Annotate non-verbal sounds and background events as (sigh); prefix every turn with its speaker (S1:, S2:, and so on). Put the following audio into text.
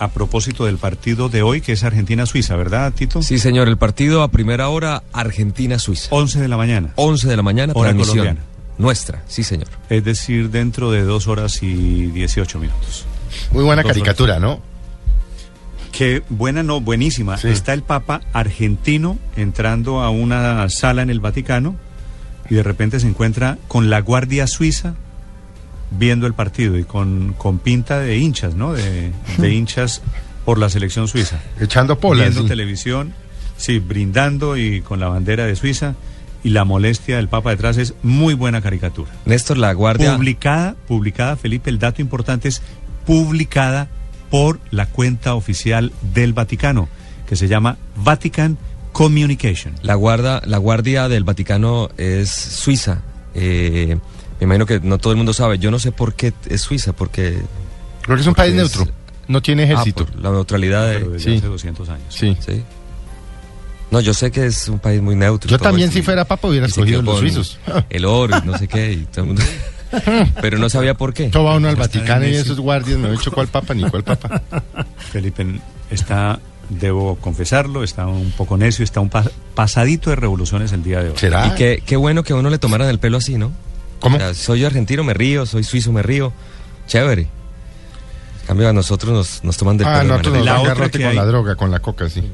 S1: A propósito del partido de hoy, que es Argentina-Suiza, ¿verdad, Tito?
S2: Sí, señor, el partido a primera hora Argentina-Suiza.
S1: 11 de la mañana.
S2: 11 de la mañana,
S1: Hora
S2: transmisión
S1: colombiana.
S2: nuestra, sí, señor.
S1: Es decir, dentro de dos horas y 18 minutos.
S3: Muy buena
S1: Dos horas.
S3: caricatura, ¿no?
S1: Qué buena, no, buenísima.
S3: Sí.
S1: Está el Papa argentino entrando a una sala en el Vaticano y de repente se encuentra con la Guardia Suiza viendo el partido y con, con pinta de hinchas, ¿no? De, de hinchas por la selección suiza.
S3: Echando polas.
S1: viendo televisión, sí, brindando y con la bandera de Suiza y la molestia del Papa detrás es muy buena caricatura.
S2: Néstor, la guardia...
S1: Publicada, publicada, Felipe, el dato importante es publicada por la cuenta oficial del Vaticano, que se llama Vatican Communication.
S2: La, guarda, la Guardia del Vaticano es suiza. Eh, me imagino que no todo el mundo sabe. Yo no sé por qué es suiza, porque...
S3: Creo que es un país
S2: porque es-
S3: neutro. No tiene
S2: ah,
S3: ejército.
S2: por la neutralidad
S1: pero
S2: de...
S1: desde
S3: sí.
S1: hace 200 años.
S3: Sí.
S2: Sí. No, yo sé que es un país muy neutro. y
S3: Yo
S2: todo
S3: también,
S2: esto,
S3: si
S2: y-
S3: fuera papa, hubiera
S2: y se
S3: escogido
S2: quedó
S3: los
S2: con
S3: suizos.
S2: El oro, y no sé qué, y todo el
S3: (laughs)
S2: mundo- (laughs) Pero no sabía por qué.
S3: Esto va uno al
S1: Está
S3: Vaticano y
S1: difícil.
S3: esos guardias no han dicho cuál papa ni cuál
S1: (laughs)
S3: papa.
S1: Felipe está, debo confesarlo, está un poco necio, está un pa- pasadito de revoluciones el día de hoy.
S2: Y
S3: ¿Será?
S2: qué, qué bueno que a uno le tomaran el pelo así, ¿no?
S3: ¿Cómo?
S2: O sea, soy argentino, me río, soy suizo, me río. Chévere. En cambio, a nosotros nos, nos toman del
S3: Ah,
S2: pelo. de
S3: nosotros
S2: manera-
S3: nos
S1: La
S3: dan
S1: otra
S3: garrote
S1: que
S3: con
S1: hay-
S3: la droga, con la coca, sí.